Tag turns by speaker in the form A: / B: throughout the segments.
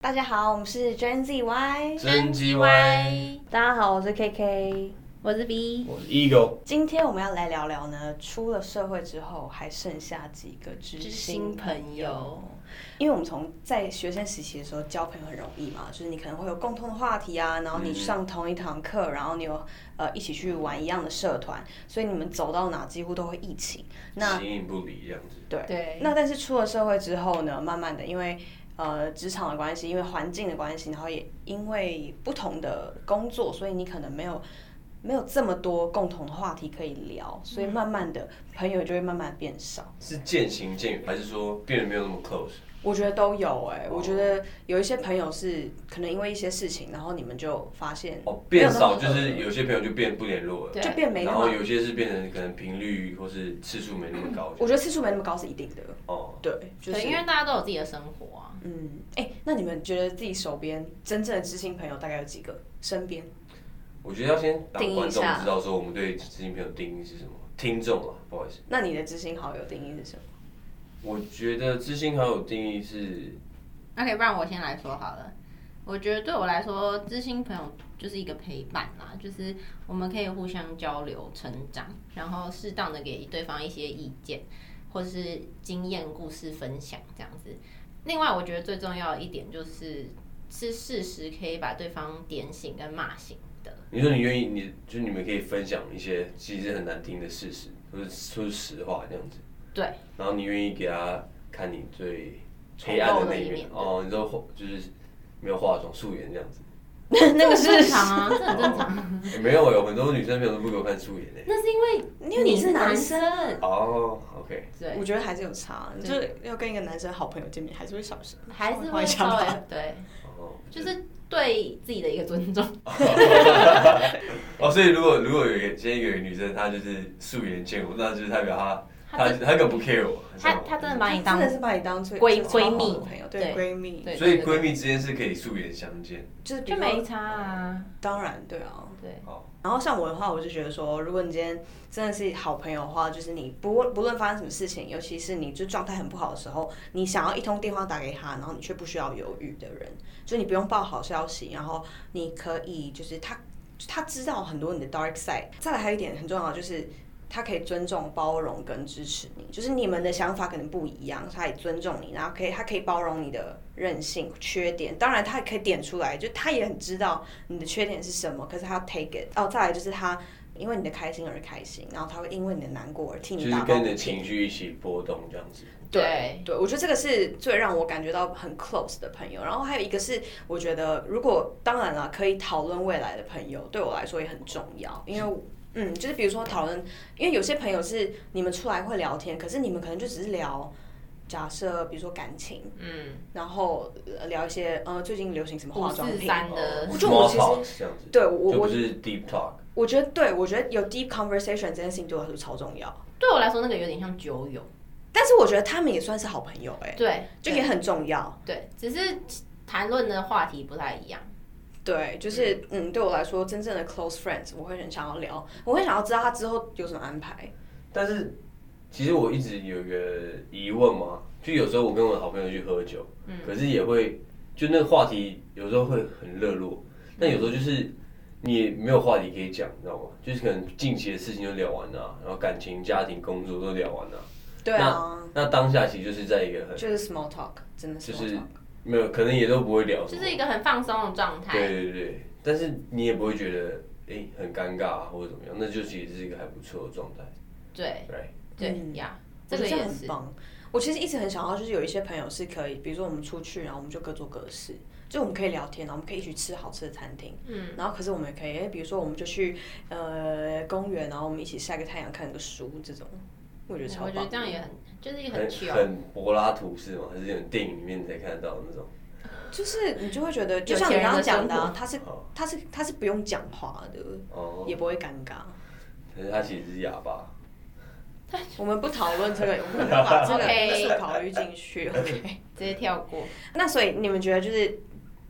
A: 大家好，我们是 Gen ZY。
B: 真机歪，
A: 大家好，我是 KK。
C: 我是 B，
B: 我是 Eagle，
A: 今天我们要来聊聊呢，出了社会之后还剩下几个知心
C: 知
A: 朋
C: 心朋
A: 友
C: 友。，
A: 因为我们从在学生时期的时候交朋友很容易嘛，就是你可能会有共同的话题啊，然后你上同一堂课，然后你有呃一起去玩一样的社团，所以你们走到哪几乎都会一起。那
B: 形影不离这样子。
A: 对
C: 对
A: 那但是出了社会之后呢，慢慢的因为呃职场的关系，因为环境的关系，然后也因为不同的工作，所以你可能没有没有这么多共同的话题可以聊，所以慢慢的朋友就会慢慢地变少。
C: 嗯
B: 是渐行渐远，还是说变得没有那么 close？
A: 我觉得都有哎、
B: 哦
A: 我觉得有一些朋友是可能因为一些事情，然后你们就发现
B: 哦，变少
A: 没
B: 就
A: 有那么
B: 是有些朋友就变不联络了，
C: 对
A: 就变没那
B: 然后
A: 么。
B: 有些是变成可能频率或是次数没那么高。
A: 我觉得次数没那么高是一定的，
B: 哦，
A: 对，就是
C: 对，因为大家都有自己的生活啊。
A: 嗯，哎、那你们觉得自己手边真正的知心朋友大概有几个？身边
B: 我觉得要先让
A: 定义一
B: 观众
A: 下
B: 知道说我们对知心朋友定义是什么。听众啊，不好意思，
A: 那你的知心好友定义是 什么？
B: 我觉得知心好友定义是
C: OK，不然我先来说好了。我觉得对我来说，知心朋友就是一个陪伴啦，就是我们可以互相交流、成长，然后适当的给对方一些意见，或是经验、故事分享这样子。另外，我觉得最重要的一点就是，是适时可以把对方点醒跟骂醒的。
B: 你说你愿意，你就是你们可以分享一些其实很难听的事实，或者说是实话这样子。
C: 对。
B: 然后你愿意给他看你最黑暗的那一
C: 丑陋的一
B: 面
C: 面
B: 哦，你说化就是没有化妆素颜这样子，
A: 那个
C: 这很正
A: 是
C: 常啊，这很 正常。
B: 哦 欸没有有很多女生朋友都不给我看素颜诶。
C: 那是因为
A: 因为你是男生
C: 生，
B: 哦，OK，
C: 对，
A: 我觉得还是有差，
C: 对
A: 就是要跟一个男生好朋友见面，还是会少少
C: 还是
A: 坏
C: 会
A: 一下
C: 稍
A: 吧
C: 微 对，
B: 哦，
C: 就是对自己的一个尊重。
B: 哦，所以如果如果有一个今天有一个女生她就是素颜见我，那就是代表她她她根本不 care 我，你知道
C: 她
B: 吗
C: 她真 的把你
A: 真
C: 当
A: 的是把你当最最
C: 闺
A: 超好的
C: 闺蜜
A: 朋友，对
C: 对
A: 闺蜜，
C: 对
B: 所以闺蜜之间是可以素颜相见，
A: 就是比
C: 就
A: 如说
C: 没差啊，
A: 当然对啊。
C: 对，
B: 哦，
A: 然后像我的话，我就觉得说，如果你今天真的是好朋友的话，就是你不论不论发生什么事情，尤其是你就状态很不好的时候，你想要一通电话打给他，然后你却不需要犹豫的人，就你不用报好消息，然后你可以就是他他知道很多你的 dark side。再来还有一点很重要的就是。他可以尊重、包容跟支持你，就是你们的想法可能不一样，他也尊重你，然后可以他可以包容你的任性、缺点，当然他也可以点出来，就他也很知道你的缺点是什么，可是他要 take it。哦，再来就是他因为你的开心而开心，然后他会因为你的难过而替
B: 就
A: 你
B: 是
A: 打抱
B: 跟你
A: 不
B: 的
A: 平。
B: 情绪一起波动这样子。
A: 对
C: 对
A: 对，我觉得这个是最让我感觉到很 close 的朋友。然后还有一个是，我觉得如果当然了，可以讨论未来的朋友，对我来说也很重要，因为。嗯，就是比如说讨论，因为有些朋友是你们出来会聊天，可是你们可能就只是聊，假设比如说感情，
C: 嗯，
A: 然后呃聊一些呃最近流行什么化妆
C: 五四
A: 品，
C: 三的
B: 哦
A: 我觉得我
B: small
A: 其实
B: talk 这样子，
A: 对我
B: 就
A: 我
B: 不是 deep talk。
A: 我觉得对，我觉得有 deep conversation 这件事情对我来说超重要。
C: 对我来说那个有点像酒友，
A: 但是我觉得他们也算是好朋友、哎，
C: 对，
A: 就也很重要。
C: 对，只是谈论的话题不太一样，
A: 对，就是嗯，对我来说，真正的 close friends，我会很想要聊，我会想要知道他之后有什么安排。
B: 但是其实我一直有一个疑问嘛，就有时候我跟我的好朋友去喝酒，
A: 嗯
B: 可是也会就那个话题有时候会很热络，但有时候就是你也没有话题可以讲，你知道吗？就是可能近期的事情都聊完了、然后感情、家庭、工作都聊完了、
A: 对啊，
B: 那当下其实就是在一个很
A: 就是 small talk，真的
B: 就
A: small
B: 是
A: talk。
B: 没有可能也都不会聊什
C: 就
B: 么，
C: 是一个很放松的状态。
B: 对对对，但是你也不会觉得哎、诶很尴尬、啊、或者怎么样，那就其实是一个还不错的状态，
C: 对
B: 对，
C: 对
A: 嗯
C: 呀，
A: 我
C: 这
A: 觉得
C: 个
A: 这
C: 也
A: 样很
C: 是，
A: 棒。我其实一直很想要，就是有一些朋友是可以，比如说我们出去，然后我们就各做各的事，就我们可以聊天，然后我们可以一起吃好吃的餐厅，
C: 嗯，
A: 然后可是我们也可以，哎，比如说我们就去呃公园，然后我们一起晒个太阳，看个书这种，我觉得超
C: 我
A: 棒。
C: 觉得这样也很，就是一个很
B: 很
C: chill，
B: 很柏拉图式嘛，还是有电影里面才看得到的那种。
A: 就是你就会觉得，
C: 有
A: 就像你
C: 钱人
A: 刚刚
C: 的
A: 讲的
C: 生
A: 啊
C: 活，
A: 他是
B: 哦
A: 他是他是不用讲话的，
B: 哦，
A: 也不会尴尬。
B: 可是他其实是哑巴。
A: 我们不讨论这个，我 们把这个
C: OK
A: 因素考虑进去。OK，
C: 直接跳过。
A: 那所以你们觉得就是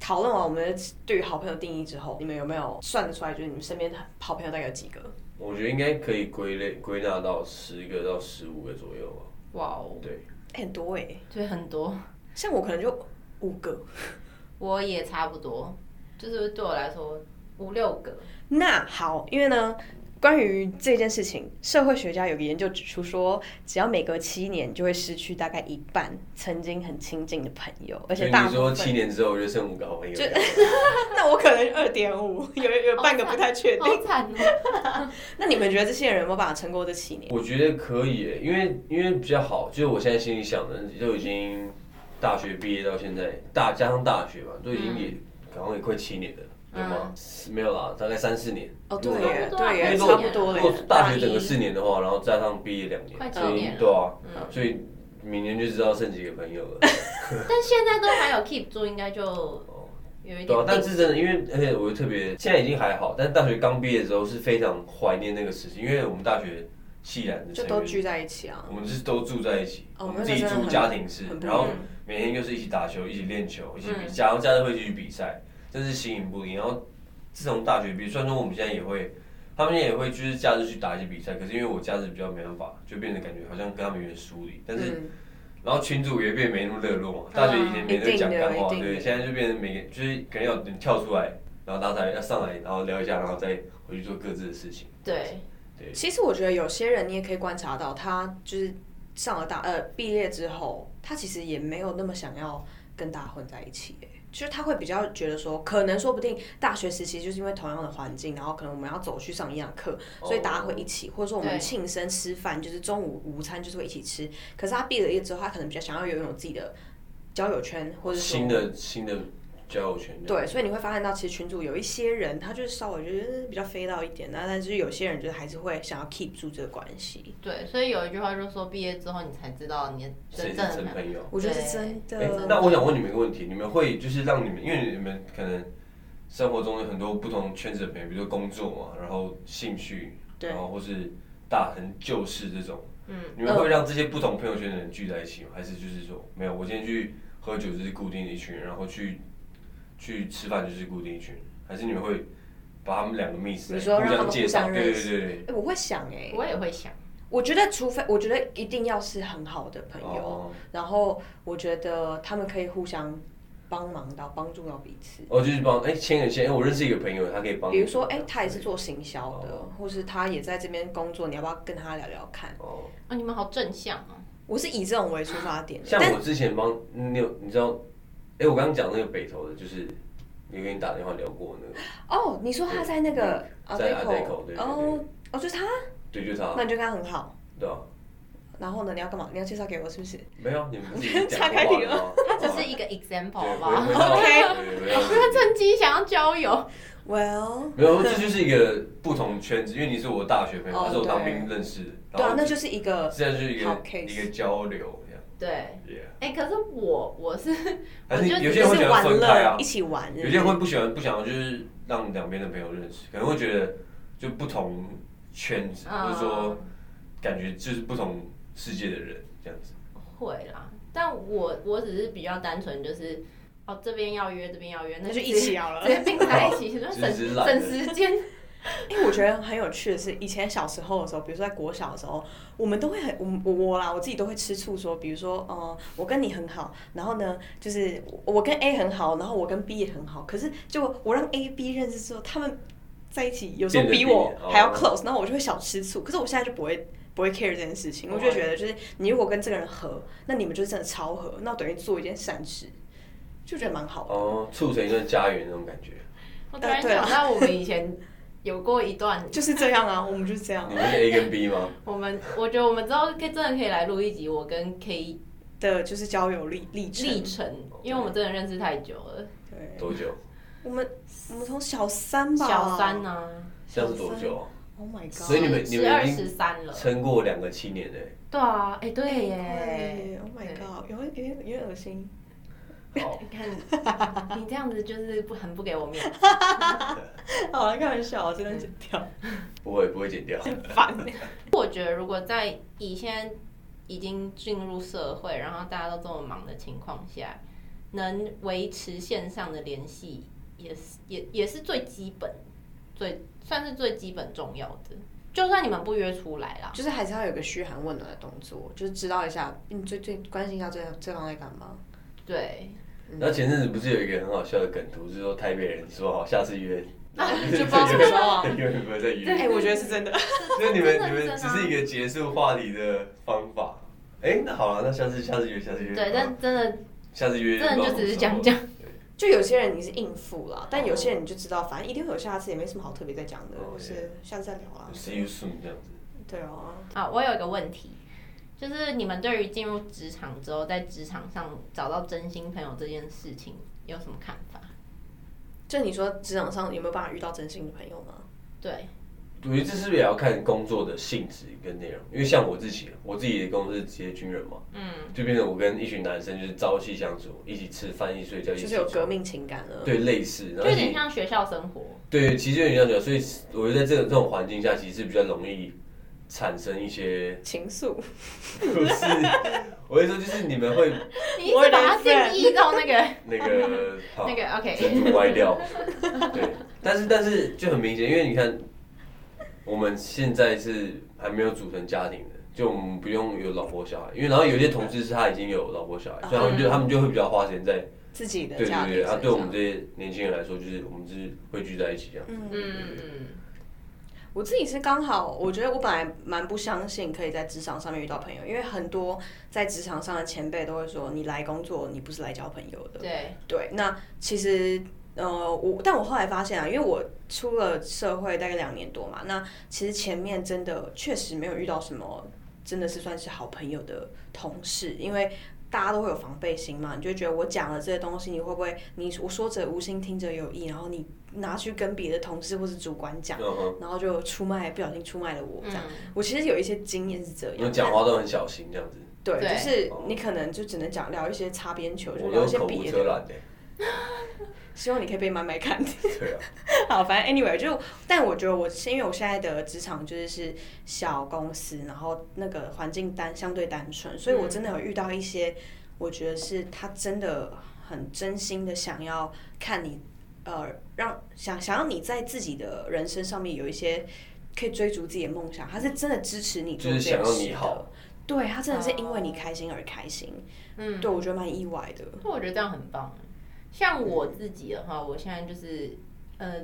A: 讨论完我们对于好朋友定义之后，你们有没有算得出来，就是你们身边的好朋友大概有几个？
B: 我觉得应该可以归类归纳到十个到十五个左右吧。
C: 哇哦，
B: 对，
A: 哎很多哎、
C: 对，很多，
A: 像我可能就五个，
C: 我也差不多，就是对我来说五六个。
A: 那好，因为呢，关于这件事情，社会学家有个研究指出说，只要每隔七年就会失去大概一半曾经很亲近的朋友，而
B: 所
A: 且
B: 以
A: 大
B: 你
A: 部
B: 说
A: 分
B: 七年之后我就剩五个好朋友，
A: 那我可能二点五，有有半个不太确定。
C: 好惨哦！
A: 那你们觉得这些人有没有办法撑过这七年？
B: 我觉得可以耶，因为因为比较好，就是我现在心里想的，都已经大学毕业到现在，大加上大学嘛，都已
A: 嗯
B: 经也、好像也快七年了，对吗？没有啦，大概三四年。
A: 哦，对
B: 如果
A: 耶，
C: 差不多啊
A: 对
B: 因
A: 耶，
B: 为如
A: 差
B: 果
A: 不多
B: 如
A: 嘞
B: 果。大学
A: 一
B: 整个四年的话，然后加上毕业两年，
C: 快
B: 所
C: 七
B: 以
C: 年了
B: 对啊，
C: 嗯
B: 所以明年就知道剩几个朋友了。
C: 但现在都还有 keep 住，应该就有一
B: 对啊，
C: 点
B: 但
C: 定。
B: 是真的，因为而且我又特别，现在已经还好，但大学刚毕业的时候是非常怀念那个时期，因为我们大学系然的
A: 就
B: 成
A: 都
B: 员
A: 聚在一起啊。
B: 我们是都住在一起，
A: 哦
B: 我
A: 那
B: 们
A: 个
B: 自己
A: 真的
B: 住
A: 很
B: 家庭式
A: 很，不
B: 然后
A: 一样
B: 每天就是一起打球、一起练球、一起比
C: 嗯
B: 赛，然后假日会一起去比赛，这是形影不离。然后自从大学毕业，虽然说我们现在也会，他们现在也会就是假日去打一些比赛，可是因为我假日比较没办法，就变得感觉好像跟他们有点疏离。但是、
A: 嗯
B: 然后群主也变没那么热络嘛，大学以前每
A: 一
B: 天都
A: 定
B: 讲
A: 的
B: 干
A: 啊
B: 话，
A: 一定
B: 对，
A: 的
B: 现在就变成每个就是可能要跳出来，然后大家才要上来，然后聊一下，然后再回去做各自的事情。
C: 对，
B: 对，
A: 其实我觉得有些人你也可以观察到，他就是上了大呃毕业之后，他其实也没有那么想要跟大家混在一起耶。就是他会比较觉得说，可能说不定大学时期就是因为同样的环境，然后可能我们要走去上一样课，所以大
B: 哦
A: 家会一起，或者说我们
C: 哦对
A: 庆生吃饭，就是中午午餐就是会一起吃。可是他毕了业之后，他可能比较想要拥有自己的交友圈，或者说
B: 新的新的交友圈。
A: 对，所以你会发现到，其实群主有一些人，他就是稍微就是比较飞到一点，那但是有些人就是还是会想要 keep 住这个关系。
C: 对，所以有一句话就是说，毕业之后你才知道你的
B: 谁
C: 真
B: 是
C: 正的
B: 真
C: 朋友。
B: 朋友？
A: 我觉得是真
B: 哎
A: 的。
B: 那我想问你们一个问题：你们会就是让你们，因为你们可能生活中有很多不同圈子的朋友，比如说工作嘛，然后兴趣，
A: 对
B: 然后或是大很旧事这种，
C: 嗯，
B: 你们
A: 呃
B: 会让这些不同朋友圈的人聚在一起吗？还是就是说，没有，我今天去喝酒就是固定的一群人，然后去去吃饭就是固定一群人，还是你们会把他们两个 mix
A: 你说
B: 在互
A: 让他们
B: 相介
A: 互
B: 绍？
A: 相
B: 对
A: 认
B: 对
A: 识
B: 对对，
A: 哎、我会想哎、
C: 我也会想，
A: 我觉得除非我觉得一定要是很好的朋友，
B: 哦，
A: 然后我觉得他们可以互相帮忙到帮助到彼此。
B: 哦，就是帮哎牵个线，哎，我认识一个朋友，他可以帮你，
A: 比如说，哎、他也是做行销的，
B: 哦
A: 或是他也在这边工作，你要不要跟他聊聊看？
B: 哦。
C: 哦，你们好正向哦。
A: 我是以这种为出发点的，
B: 像
A: 但
B: 我之前帮你有你知道，哎、我刚刚讲那个北投的，就是有跟你打电话聊过那个，
A: 哦，你说他在那个啊
B: 在
A: Adeco，
B: Adeco，对对对
A: 哦哦，就是他，
B: 对，就是他
A: 那，你就跟他很好。
B: 对啊，
A: 然后呢，你要干嘛？你要介绍给我是不是？
B: 没有，啊你们自己
A: 岔
B: 讲
A: 开
B: 过
A: 题
B: 话
A: 了
B: 了吗？
C: 它只是一个 example 好不好？
B: OK，
A: 哦
C: 我是趁机想要交友。
A: Well，
B: 没有，这就是一个不同圈子，因为你是我大学朋友，
A: 哦
B: 他是我当兵认识的，
A: 对啊，
B: 然后
A: 那就是一个
B: 现在就是一
A: 好
B: 个
A: case
B: 一个交流这样
C: 对，
B: ，yeah，
C: 哎、可是我我是
B: 还
C: 我觉
B: 是
C: 得
B: 有
A: 就
B: 些人会
A: 是
B: 喜欢
A: 玩
B: 分开啊
A: 乐，一，起玩。
B: 有些人会不喜欢不想要就是让两边的朋友认识，可能会觉得就不同圈子，或者说。
A: 哦
B: 感觉就是不同世界的人这样子。
C: 嗯会啦，但我我只是比较单纯，就是哦这边要约，这边要约，
A: 那
C: 那
A: 就
C: 直
A: 一
C: 接
A: 起好了
C: 直。接并 在一起，就省
B: 只是懒
C: 省时间。
A: 哎，我觉得很有趣的是，以前小时候的时候，比如说在国小的时候，我们都会很我我我啦，我自己都会吃醋说，比如说，哦，我跟你很好，然后呢，就是我我跟 A 很好，然后我跟 B 也很好，可是就我让 A、B 认识之后，他们在一起有时候
B: 变
A: 比
B: 得
A: 我
B: 比哦
A: 还要 close，然后我就会小吃醋，可是我现在就不会。不会 care 这件事情，我就觉得就是你如果跟这个人合，那你们就是真的超合，那等于做一件善事，就觉得蛮好的。
B: 哦，促成一段家园那种感觉。
C: 我突然想到，我们以前有过一段，
A: 就是这样啊，我们就是这样
B: 你们是 A 跟 B 吗？
C: 我们我觉得我们之后可以真的可以来录一集我跟 K
A: 的，就是交友历历程。
C: 历程，因为我们真的认识太久了，
A: 对，
B: 多久？
A: 我们我们从小三啊吧，
C: 小三啊呢、
B: 这样是多久啊？
A: ，Oh my god，
B: 所以你们你
C: 哦十
B: 们
C: 二
B: 已
C: 十
B: 经
C: 三了，
B: 撑过两个七年嘞、
C: 对啊，哎、对
A: 对
C: 耶
A: ，Oh my
C: 对
A: god，有点有点有点恶心。
B: 好，
C: 你看，你这样子就是不很不给我面 子。
A: 好了，开玩笑，我真的剪掉，
B: 不会不会剪掉。
A: 很 烦。
C: 我觉得如果在以现在已经进入社会，然后大家都这么忙的情况下，能维持线上的联系，也是也也是最基本、最算是最基本重要的。就算你们不约出来啦，
A: 就是还是要有个嘘寒嗯问暖的动作，就是知道一下，你最最关心一下对对方在干嘛。
C: 对，
B: 然后前阵子不是有一个很好笑的梗图，就是说台北人说好下次约，
A: 啊 就不知道什么时候啊
B: 对永远没有在 约。
A: 哎、我觉得是真 的。
B: 所以你们
C: 真的
B: 你们
C: 真的
B: 只
C: 啊
B: 是一个结束话题的方法。哎、那好了，那下次下次约，下次约。
C: 对，
B: 好
C: 但真的
B: 下次约
C: 真的就只是讲讲。
A: 就有些人你是应付啦，但有些人你就知道，反正一定会有下次，也没什么好特别再讲的，
B: 哦
A: 我是下次再聊啦。
B: See you soon 这样子。
A: 对啊，
C: 啊，我有一个问题，就是你们对于进入职场之后，在职场上找到真心朋友这件事情有什么看法？
A: 就你说职场上有没有办法遇到真心的朋友吗？
C: 对，
B: 我觉得这是不是也要看工作的性质跟内容？因为像我自己，我自己的工作是职业军人嘛，
C: 嗯，
B: 就变成我跟一群男生就是朝夕相处，一起吃饭，一起睡觉，一起
A: 就是有
B: 起床
A: 革命情感了。
B: 对类似，然
C: 就
B: 后
C: 有
B: 一起
C: 点像学校生活。
B: 对，其实有点像这样，所以我觉得在这个这种环境下，其实是比较容易产生一些，
A: 情愫，
B: 不是， 我会说就是你们会
C: 你一直把它定义到那个
B: 那 个好
C: 那个 OK，
B: 珍珠歪掉， 对，但是但是就很明显，因为你看我们现在是还没有组成家庭的。就我们不用有老婆小孩，因为然后有些同事是他已经有老婆小孩，所以他们就他们就会比较花钱在
A: 自己的
B: 对
A: 嗯
B: 对
A: 家庭
B: 对，啊，
A: 身
B: 对我们
A: 上
B: 这些年轻人来说，就是我们就是会聚在一起这样。
A: 嗯，
C: 嗯嗯，
A: 我自己是刚好，我觉得我本来蛮不相信可以在职场上面遇到朋友，因为很多在职场上的前辈都会说，你来工作，你不是来交朋友的。
C: 对，
A: 对，那其实呃，我但我后来发现啊，因为我出了社会大概两年多嘛，那其实前面真的确实没有遇到什么真的是算是好朋友的同事，因为。大家都会有防备心嘛，你就会觉得我讲了这些东西，你会不会你我说者无心，听者有意，然后你拿去跟别的同事或是主管讲，
B: 嗯哼，
A: 然后就出卖，不小心出卖了我这样。
C: 嗯
A: 我其实有一些经验是这
B: 我
A: 样，
B: 们讲话都很小心这样子。
A: 对，
C: 对
A: 就是你可能就只能讲聊一些擦边球，就
B: 我
A: 聊
B: 都
A: 一些
B: 口无
A: 别
B: 遮
A: 的。
B: 拦的。
A: 希望你可以被慢慢看。
B: 对 啊，
A: 好，反正 anyway 就，但我觉得我是因为我现在的职场就是是小公司，然后那个环境单相对单纯，所以我真
C: 嗯
A: 的有遇到一些，我觉得是他真的很真心的想要看你，呃，让想想要你在自己的人生上面有一些可以追逐自己的梦想，他是真的支持你做
B: 就是
A: 这件
B: 想要
A: 事
B: 你
A: 的
B: 好。。
A: 对他真的是因为你开心而开心，
C: 哦嗯，
A: 对我觉得蛮意外的。
C: 那我觉得这样很棒。像我自己的话，我现在就是，呃，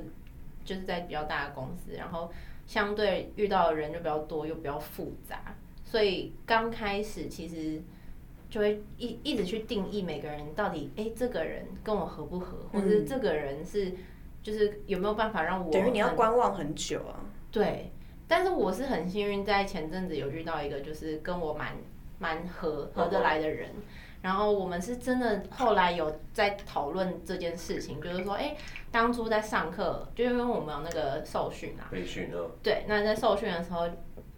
C: 就是在比较大的公司，然后相对遇到的人就比较多，又比较复杂，所以刚开始其实就会一一直去定义每个人到底，哎、这个人跟我合不合，或者是这个人是就是有没有办法让我
A: 嗯等于你要
C: 很
A: 观望很久啊，
C: 对，但是我是很幸运，在前阵子有遇到一个就是跟我蛮蛮合合得来的人，然后我们是真的后来有在讨论这件事情，就是说，哎、当初在上课，就因为我们有那个受训啊，
B: 培训啊，
C: 对，那在受训的时候，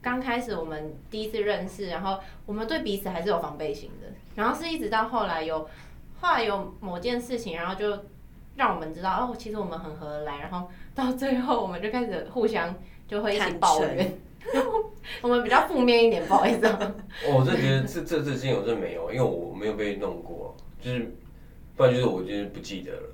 C: 刚开始我们第一次认识，然后我们对彼此还是有防备心的，然后是一直到后来有后来有某件事情，然后就让我们知道哦，其实我们很合得来，然后到最后我们就开始互相就会一起
A: 坦
C: 抱
A: 诚
C: 怨，我们比较负面一点，不好意思、啊，
B: 哦我真的觉得这这这件我真的没有，因为我没有被弄过，就是不然就是我就是不记得了，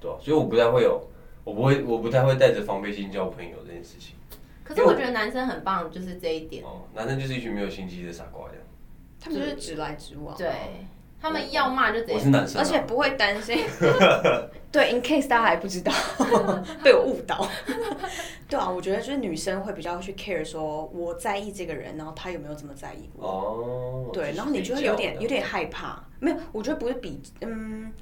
B: 对吧、所以我不太会有，我不会，我不太会带着防备心交朋友这件事情。
C: 可是我觉得男生很棒，就是这一点，
B: 哦，男生就是一群没有心机的傻瓜这样。
A: 他们就是直来直往。
C: 对他们要骂就直
B: 我是
C: 接。
B: 男生、
A: 而
B: 啊，
A: 且不会担心。对，in case 大家还不 知道，被我误导。 对啊，我觉得就是女生会比较去 care 说我在意这个人，然后他有没有这么在意我。
B: 哦，
A: 对，
B: 是
A: 然后你就会有点
B: 比较
A: 有点害怕。没有，我觉得不是比，嗯，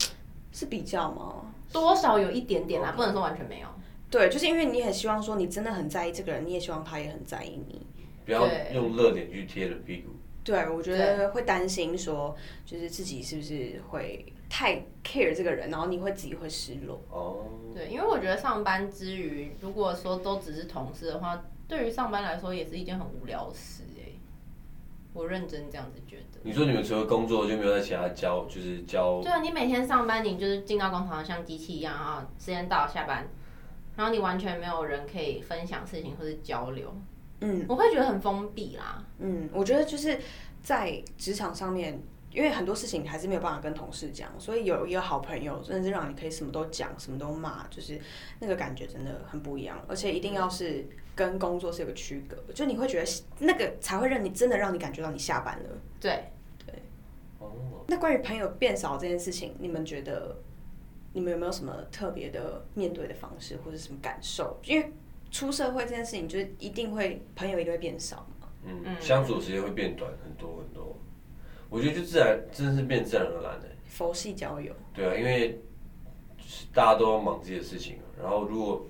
A: 是比较吗？
C: 多少有一点点啦，不能说完全没有。
A: 对，就是因为你很希望说你真的很在意这个人，你也希望他也很在意你。
B: 不要
C: 对
B: 用热脸去贴人屁股。
A: 对，我觉得会担心说，就是自己是不是会太 care 这个人，然后你会自己会失落。
B: 哦，
C: 对，因为我觉得上班之余，如果说都只是同事的话，对于上班来说也是一件很无聊的事哎、我认真这样子觉得。
B: 你说你们除了工作就没有在其他交，就是交
C: 对啊，你每天上班，你就是进到工厂像机器一样啊，时间到下班，然后你完全没有人可以分享事情或是交流，
A: 嗯，
C: 我会觉得很封闭啦。
A: 嗯，我觉得就是在职场上面，因为很多事情还是没有办法跟同事讲，所以有一个好朋友，真的是让你可以什么都讲，什么都骂，就是那个感觉真的很不一样。而且一定要是跟工作是有个区隔，就你会觉得那个才会让你真的让你感觉到你下班了。
C: 对，
B: 哦，哦，
A: 那关于朋友变少这件事情，你们觉得你们有没有什么特别的面对的方式，或者什么感受？因为出社会这件事情，就是一定会朋友一定会变少嘛。
B: 嗯，
C: 嗯
B: 相处的时间会变短很多很多。我觉得就自然，真的是变自然而然的、
A: 佛系交友，
B: 对啊，因为就是大家都要忙自己的事情啊，然后如果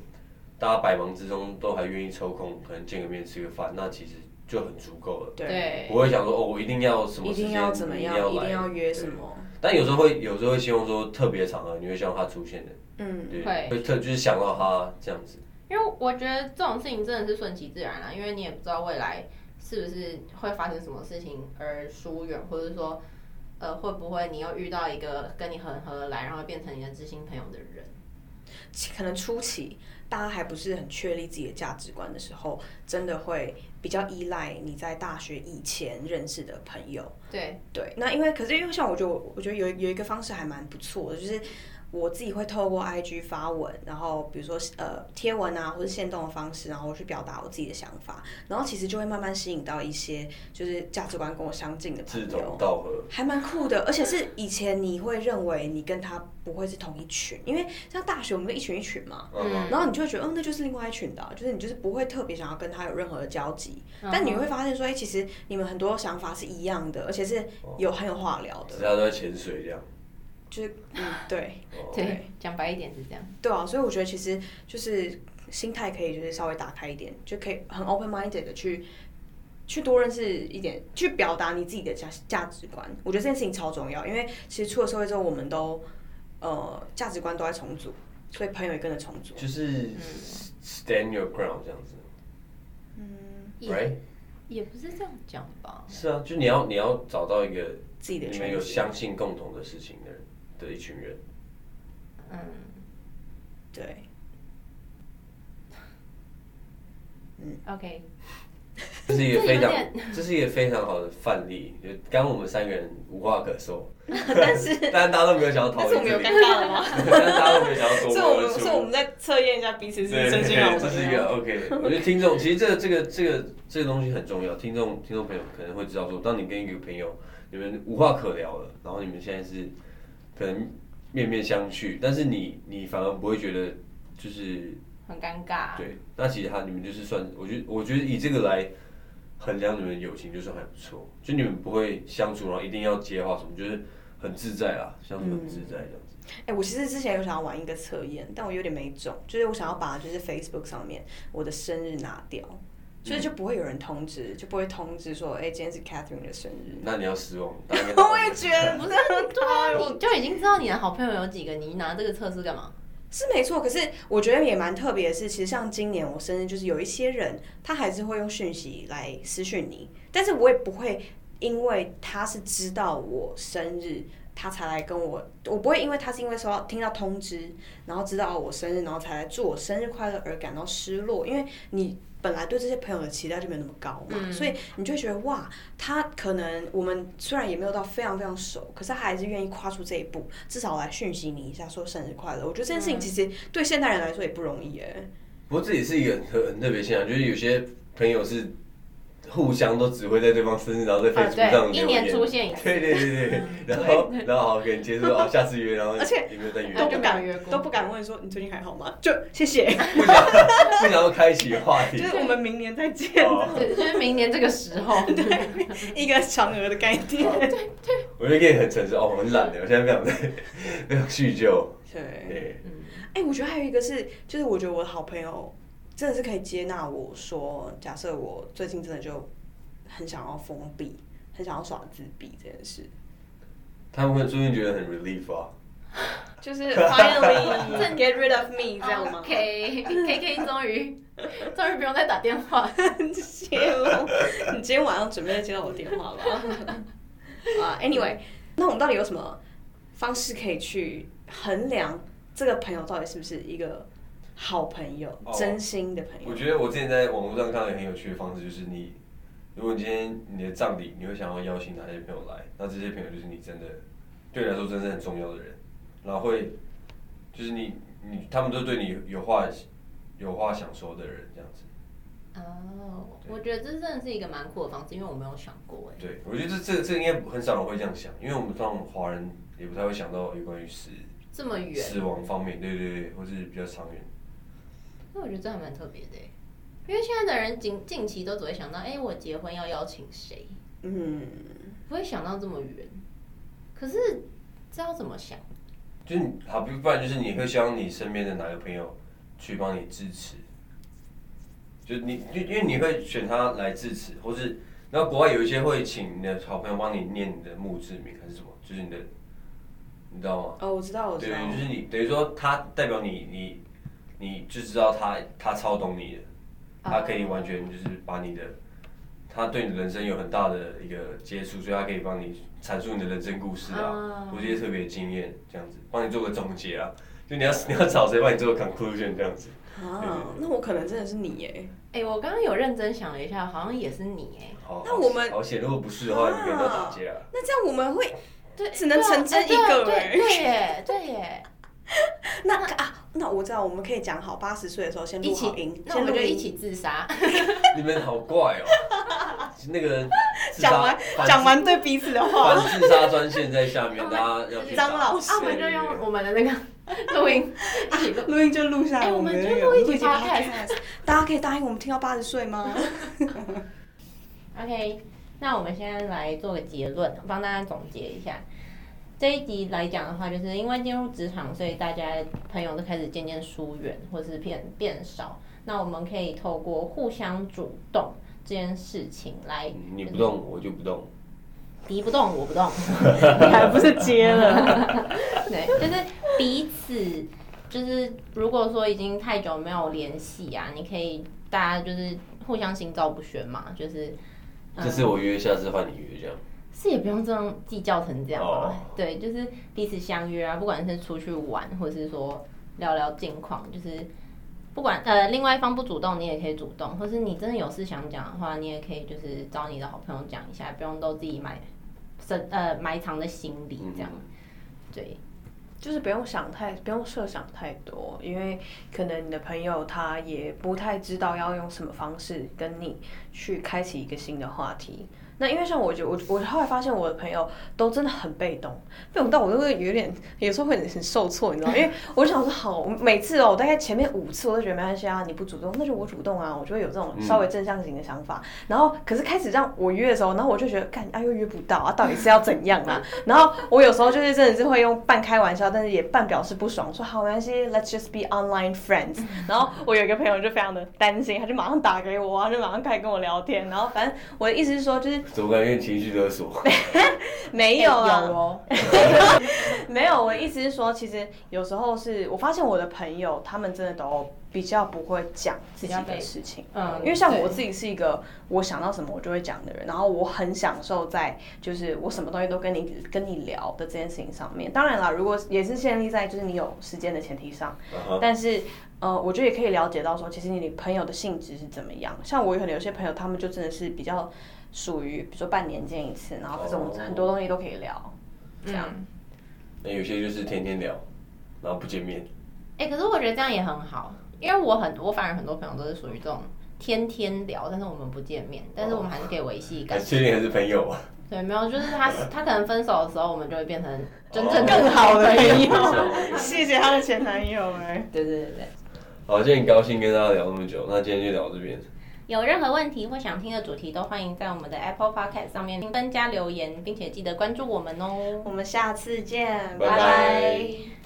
B: 大家百忙之中都还愿意抽空，可能见个面吃个饭，那其实就很足够了。
A: 对，
B: 不会想说哦，我一定要什么
A: 一
B: 时间，
A: 定要怎么样，一
B: 一
A: 定要约什
B: 对
A: 么，
B: 但有时候会，有时候会希望说特别场合，你会希望他出现的，
A: 嗯，
B: 对，
C: 会
B: 会特就是想到他这样子。
C: 因为我觉得这种事情真的是顺其自然啦、因为你也不知道未来是不是会发生什么事情而疏远，或者说，呃，会不会你又遇到一个跟你很合得来，然后变成你的知心朋友的人？
A: 可能初期大家还不是很确立自己的价值观的时候，真的会比较依赖你在大学以前认识的朋友。
C: 对，
A: 对，那因为可是因为像我觉得我，我觉得有有一个方式还蛮不错的，就是我自己会透过 IG 发文，然后比如说呃贴文啊，或者限动的方式，然后去表达我自己的想法，然后其实就会慢慢吸引到一些就是价值观跟我相近的朋
B: 志
A: 友
B: 同。道合，
A: 还蛮酷的，而且是以前你会认为你跟他不会是同一群，因为像大学我们就一群一群嘛，
B: 嗯，
A: 然后你就会觉得，嗯，那就是另外一群的啊、就是你就是不会特别想要跟他有任何的交集，
C: 嗯
A: 但你会发现说，哎、其实你们很多想法是一样的，而且是有很有话聊的，
B: 只是他都在潜水这样。
A: 就是嗯，对
B: 哦
C: 对，讲白一点是这样。
A: 对啊，所以我觉得其实就是心态可以就是稍微打开一点，就可以很 open minded 的去去多认识一点，去表达你自己的价价值观。我觉得这件事情超重要，因为其实出了社会之后，我们都呃价值观都在重组，所以朋友也跟着重组。
B: 就是
C: 嗯
B: stand your ground 这样子
A: 嗯，
C: 也
B: ，right？
C: 也不是这样讲吧？
B: 是啊，就你要你要找到一个
A: 自己的
B: 你
A: 圈
B: 们
A: 子
B: 有相信共同的事情的人的一 群人，
C: 嗯，
A: 对。
C: ，OK，
B: 这是一个非常
C: 这有点
B: 这是一个非常好的范例。就刚刚我们三个人无话可说，
A: 但是
B: 但大家都没有想要讨
A: 但是我
B: 论
A: 们
B: 这
A: 有尴
B: 里，
A: 尬了 吗？
B: 但大家都没有想 要
A: 所
B: 脱
A: 以
B: 口
A: 我
B: 而
A: 们
B: 出。
A: 所以我们在测验一下彼此是
B: 对，
A: 真心啊好
B: 这
A: 朋
B: 是一个
A: 友。
B: OK。我觉得听众其实这个这个这个这个东西很重要，听众听众朋友可能会知道说，当你跟一个朋友你们无话可聊了，然后你们现在是可能面面相觑，但是你你反而不会觉得就是
C: 很尴尬。
B: 对，那其实他你们就是算，我觉得我觉得以这个来衡量你们的友情就算还不错，就你们不会相处然后一定要接话什么，就是很自在啦，相处很自在这样子。
A: 哎、我其实之前有想要玩一个测验，但我有点没中，就是我想要把就是 Facebook 上面我的生日拿掉，所以就不会有人通知，就不会通知说，哎、今天是 Catherine 的生日。
B: 那你要失望，大家
A: 嗯我也觉得不是很
C: 对啊，你就已经知道你的好朋友有几个，你拿这个测试干嘛？
A: 是没错，可是我觉得也蛮特别的是，其实像今年我生日，就是有一些人他还是会用讯息来私讯你，但是我也不会因为他是知道我生日，他才来跟我，我不会因为他是因为收到听到通知，然后知道我生日，然后才来祝我生日快乐而感到失落，因为你。本来对这些朋友的期待就没有那么高嘛，
C: 嗯
A: 所以你就会觉得哇，他可能我们虽然也没有到非常非常熟，可是他还是愿意跨出这一步，至少来讯息你一下说生日快乐。我觉得这件事情其实对现代人来说也不容易哎。
B: 不过这也是一个很特很特别现象，就是有些朋友是互相都只会在对方生日，然后在
C: 啊
B: Facebook 上
C: 对，一
B: 留
C: 年
B: 言。
C: 出现一次，
B: 对对对对，然后然后好可能接受哦，下次约，然后
A: 嗯而且
B: 也没有再约，
A: 都不敢
C: 嗯没有约过
A: 都不敢问说你最近还好吗？就谢 谢，
B: 不想不想要开启话
A: 就
B: 题。
A: 是我们明年再 见，
B: 哦
C: 对，就是明年这个时候。
A: 一个嫦娥的概念。
B: 我就可以很诚实哦，我很懒的，我现在不想再 不想叙旧。
A: 对，
B: 对，
C: 嗯
A: 哎、我觉得还有一个是，就是我觉得我的好朋友真的是可以接纳我说，假设我最近真的就很想要封闭，很想要耍自闭这件事，
B: 他们会最近觉得很 relief 啊，
A: 就是 finally get rid of me 这样吗？
C: ？K K K 终于终于不用再打电话。
A: 谢喽，你今天晚上准备接到我电话吧？ 啊、a n y w a y 那我们到底有什么方式可以去衡量这个朋友到底是不是一个好朋友、
B: 哦
A: 真心的朋
B: 我
A: 友？
B: 觉得我之前在网络上看到一个很有趣的方式，就是你，如果你今天你的葬礼，你会想要邀请哪些朋友来？那这些朋友就是你真的对你来说真的是很重要的人，然后会就是你你他们都对你有话有话想说的人这样子。
C: 哦，我觉得这真的是一个蛮酷的方式，因为我没有想过哎。
B: 对，我觉得这这这应该很少人会这样想，因为我们当华人也不太会想到有关于死
C: 这么远，
B: 死亡方面，对对对，或是比较长远。
C: 那我觉得这还蛮特别的欸，因为现在的人近近期都只会想到，哎、我结婚要邀请谁，
A: 嗯，
C: 不会想到这么远。可是这要怎么想？
B: 就是你好，不不然就是你会希望你身边的哪个朋友去帮你支持，就你就因为你会选他来支持，或是然后国外有一些会请你的好朋友帮你念你的墓志铭还是什么，就是你的，你知道吗？
A: 哦，我知道，我
B: 对
A: 知道，，
B: 就是你等于说他代表你，你你就知道他他超懂你的，
A: 啊
B: 他可以完全就是把你的，他对你的人生有很大的一个接触，所以他可以帮你阐述你的人生故事啊
C: 哦，
B: 或者一些特别的经验这样子，帮你做个总结啊。就你要 你要找谁帮你做个 conclusion 这样子，
A: 啊，那我可能真的是你耶，
C: 哎、我刚刚有认真想了一下，好像也是你哎、
B: 好，
A: 那我们
B: 好险，如果不是的话，你可以到打结啊。
A: 那这样我们会
C: 对，
A: 只能成真一
C: 对啊
A: 个
C: 对
A: 人
C: 对对耶，对耶，
A: 那啊，那我知道，我们可以讲好，八十岁的时候先
C: 一
A: 录好音
C: 起，，那
A: 先
C: 我们
A: 录
C: 就一
A: 音。
C: 起 自杀。啊
B: 你们好怪哦，那个自杀
A: 讲完
B: 反
A: 讲完对彼此的话，
B: 反自杀专线在下面，大家要去打
A: 张老师
C: 啊，我们就用我们的 那个录音一起录。
A: 录音就录下来。
C: 哎我们
A: 也
C: 就
A: 有
C: 录一集
A: 一集
C: podcast
A: podcast 大家可以答应我们听到八十岁吗？
C: OK，那我们现在来做个结论，帮大家总结一下。这一集来讲的话，就是因为进入职场，所以大家朋友都开始渐渐疏远，或是变变少。那我们可以透过互相主动这件事情来，
B: 嗯你不动我就不动，
C: 敌不动我不动，
A: 你还不 是接了？
C: 对，就是彼此，就是如果说已经太久没有联系啊，你可以大家就是互相心照不宣嘛，就是嗯
B: 这次我约，下次换你约这样。
C: 是也不用这样计较成这样吧？
B: 哦
C: 对，就是彼此相约啊，不管是出去玩，或是说聊聊近况，就是不管呃另外一方不主动，你也可以主动，或是你真的有事想讲的话，你也可以就是找你的好朋友讲一下，不用都自己埋深呃埋藏在心里这样。对，
A: 就是不用想太，不用设想太多，因为可能你的朋友他也不太知道要用什么方式跟你去开启一个新的话题。那因为像我觉我我后来发现我的朋友都真的很被动，被动到我都会有点有时候会很很受挫，你 知道吗？因为我就想说好，我每次哦，我大概前面五次我都觉得没关系啊，你不主动，那就我主动啊，我就会有这种稍微正向型的想法。然后可是开始让我约的时候，然后我就觉得，干啊又约不到啊，到底是要怎样 啊？然后我有时候就是真的是会用半开玩笑，但是也半表示不爽，说好没关系，Let's just be online friends。然 后我有一个朋友就非常的担心，他就马上打给我啊，就马上开始跟我聊天。然后反正我的意思是说，就是
B: 怎么感觉情绪勒 索？啊
A: 没有啊，
C: 有哦，
A: 没有，我的意思是说，其实有时候是我发现我的朋友，他们真的都比较不会讲自己
C: 比较
A: 的
C: 被
A: 事情，
C: 嗯
A: 因为像
C: 对
A: 我自己是一个我想到什么我就会讲的人，然后我很享受在就是我什么东西都跟你跟你聊的这件事情上面。当然啦，如果也是建立在就是你有时间的前提上，但是呃，我觉得也可以了解到说，其实你朋友的性质是怎么样。像我可能有些朋友，他们就真的是比较属于，比如说半年见一次，然后可是我们
B: 哦
A: 很多东西都可以聊，这
C: 嗯
A: 样。
B: 那有些就是天天聊，然后不见面。
C: 哎、可是我觉得这样也很好，因为我很我反而很多朋友都是属于这种天天聊，但是我们不见面，但是我们还是可以维系感
B: 哎
C: 情。
B: 确定还是朋友啊？
C: 对，没有，就是他他可能分手的时候，我们就会变成真正
A: 更 好的朋
B: 没
A: 友，
B: 错
A: 谢谢她的前男友哎、
C: 对对对对。
B: 好，今天很高兴跟大家聊那么久，那今天就聊到这边。
C: 有任何问题或想听的主题，都欢迎在我们的 Apple Podcast 上面评分加留言，并且记得关注我们哦。
A: 我们下次见，
B: 拜拜
A: 拜拜